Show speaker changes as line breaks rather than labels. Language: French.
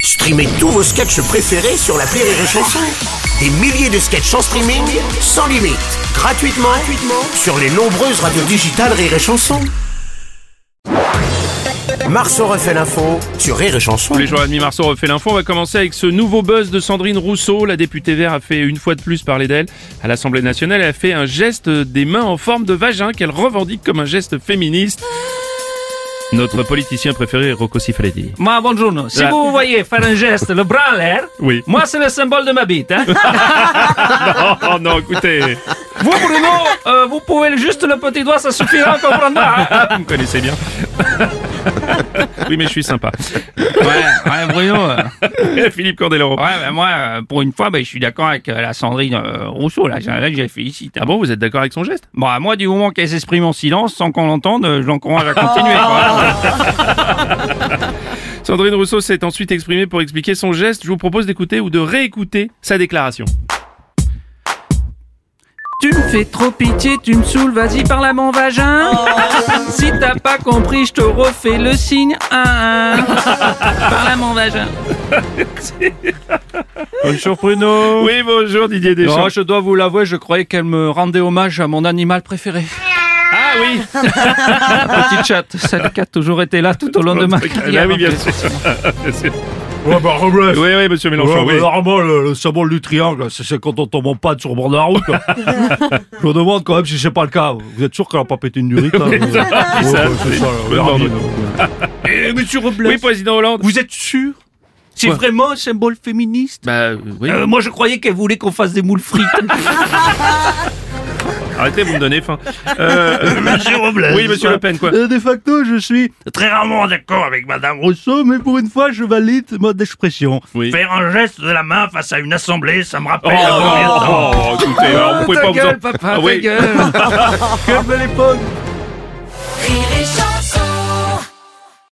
Streamez tous vos sketchs préférés sur la Rire et Chanson. Des milliers de sketchs en streaming, sans limite, gratuitement, gratuitement sur les nombreuses radios digitales Rire et Chanson. Marceau refait l'info sur Rire et Chanson.
Tous les jours à demi, Marceau refait l'info. On va commencer avec ce nouveau buzz de Sandrine Rousseau. La députée vert a fait une fois de plus parler d'elle à l'Assemblée nationale. Elle a fait un geste des mains en forme de vagin qu'elle revendique comme un geste féministe. Notre politicien préféré, Rocco Siffredi.
Ma bonjour, si
Là.
vous voyez faire un geste, le bras en l'air,
Oui.
moi c'est le symbole de ma bite. hein.
Oh, oh, non, écoutez,
vous Bruno, euh, vous pouvez juste le petit doigt, ça suffira, on comprendra. hein.
Ah, vous me connaissez bien. oui, mais je suis sympa.
Ouais, ouais Bruno, euh,
Philippe Candeloro.
ouais, bah, moi euh, pour une fois, bah, je suis d'accord avec euh, la Sandrine euh, Rousseau, là, j'ai- là je la félicite. hein.
Ah bon, vous êtes d'accord avec son geste
Bon, à moi du moment qu'elle s'exprime en silence, sans qu'on l'entende, euh, je l'encourage à continuer. quoi.
Sandrine Rousseau s'est ensuite exprimée pour expliquer son geste. Je vous propose d'écouter ou de réécouter sa déclaration.
Tu me fais trop pitié, tu me saoules, vas-y parle à mon vagin. si t'as pas compris, je te refais le signe. Ah, ah. Parle à mon vagin.
Bonjour Bruno. Oui, bonjour Didier Deschamps.
Oh, je dois vous l'avouer, je croyais qu'elle me rendait hommage à mon animal préféré.
Ah oui.
Ah.
La petite chatte, celle qui a toujours été là tout au long de ma
Ah
carrière.
oui, bien sûr. Bien sûr.
Ouais, bah, bref.
Oui, oui, monsieur Mélenchon. oui.
Ouais, bah, normalement, le, le symbole du triangle, c'est c'est quand on tombe en panne sur le bord de la route. quoi. Je me demande quand même si c'est pas le cas. Vous êtes sûr qu'elle a pas pété une durite hein, euh là Ouais, ouais, c'est ça, là,
me
Bernard
demande.
Hinault.
Et Eh, monsieur Robles,
Oui, président Hollande.
vous êtes sûr C'est vraiment un symbole féministe
Bah euh, oui.
Euh, Moi, je croyais qu'elle voulait qu'on fasse des moules frites.
Arrêtez, vous me donnez faim. Euh,
Monsieur Robles.
oui, monsieur Le Pen, quoi.
Euh, de facto, je suis très rarement d'accord avec Madame Rousseau, mais pour une fois, je valide mode d'expression.
Oui.
Faire un geste de la main face à une assemblée, ça me rappelle.
Oh,
un
non,
moment.
oh, écoutez, alors, vous pouvez
ta
pas vous en...
gueule, papa,
Ah
ta
oui.
gueule.
Que belle époque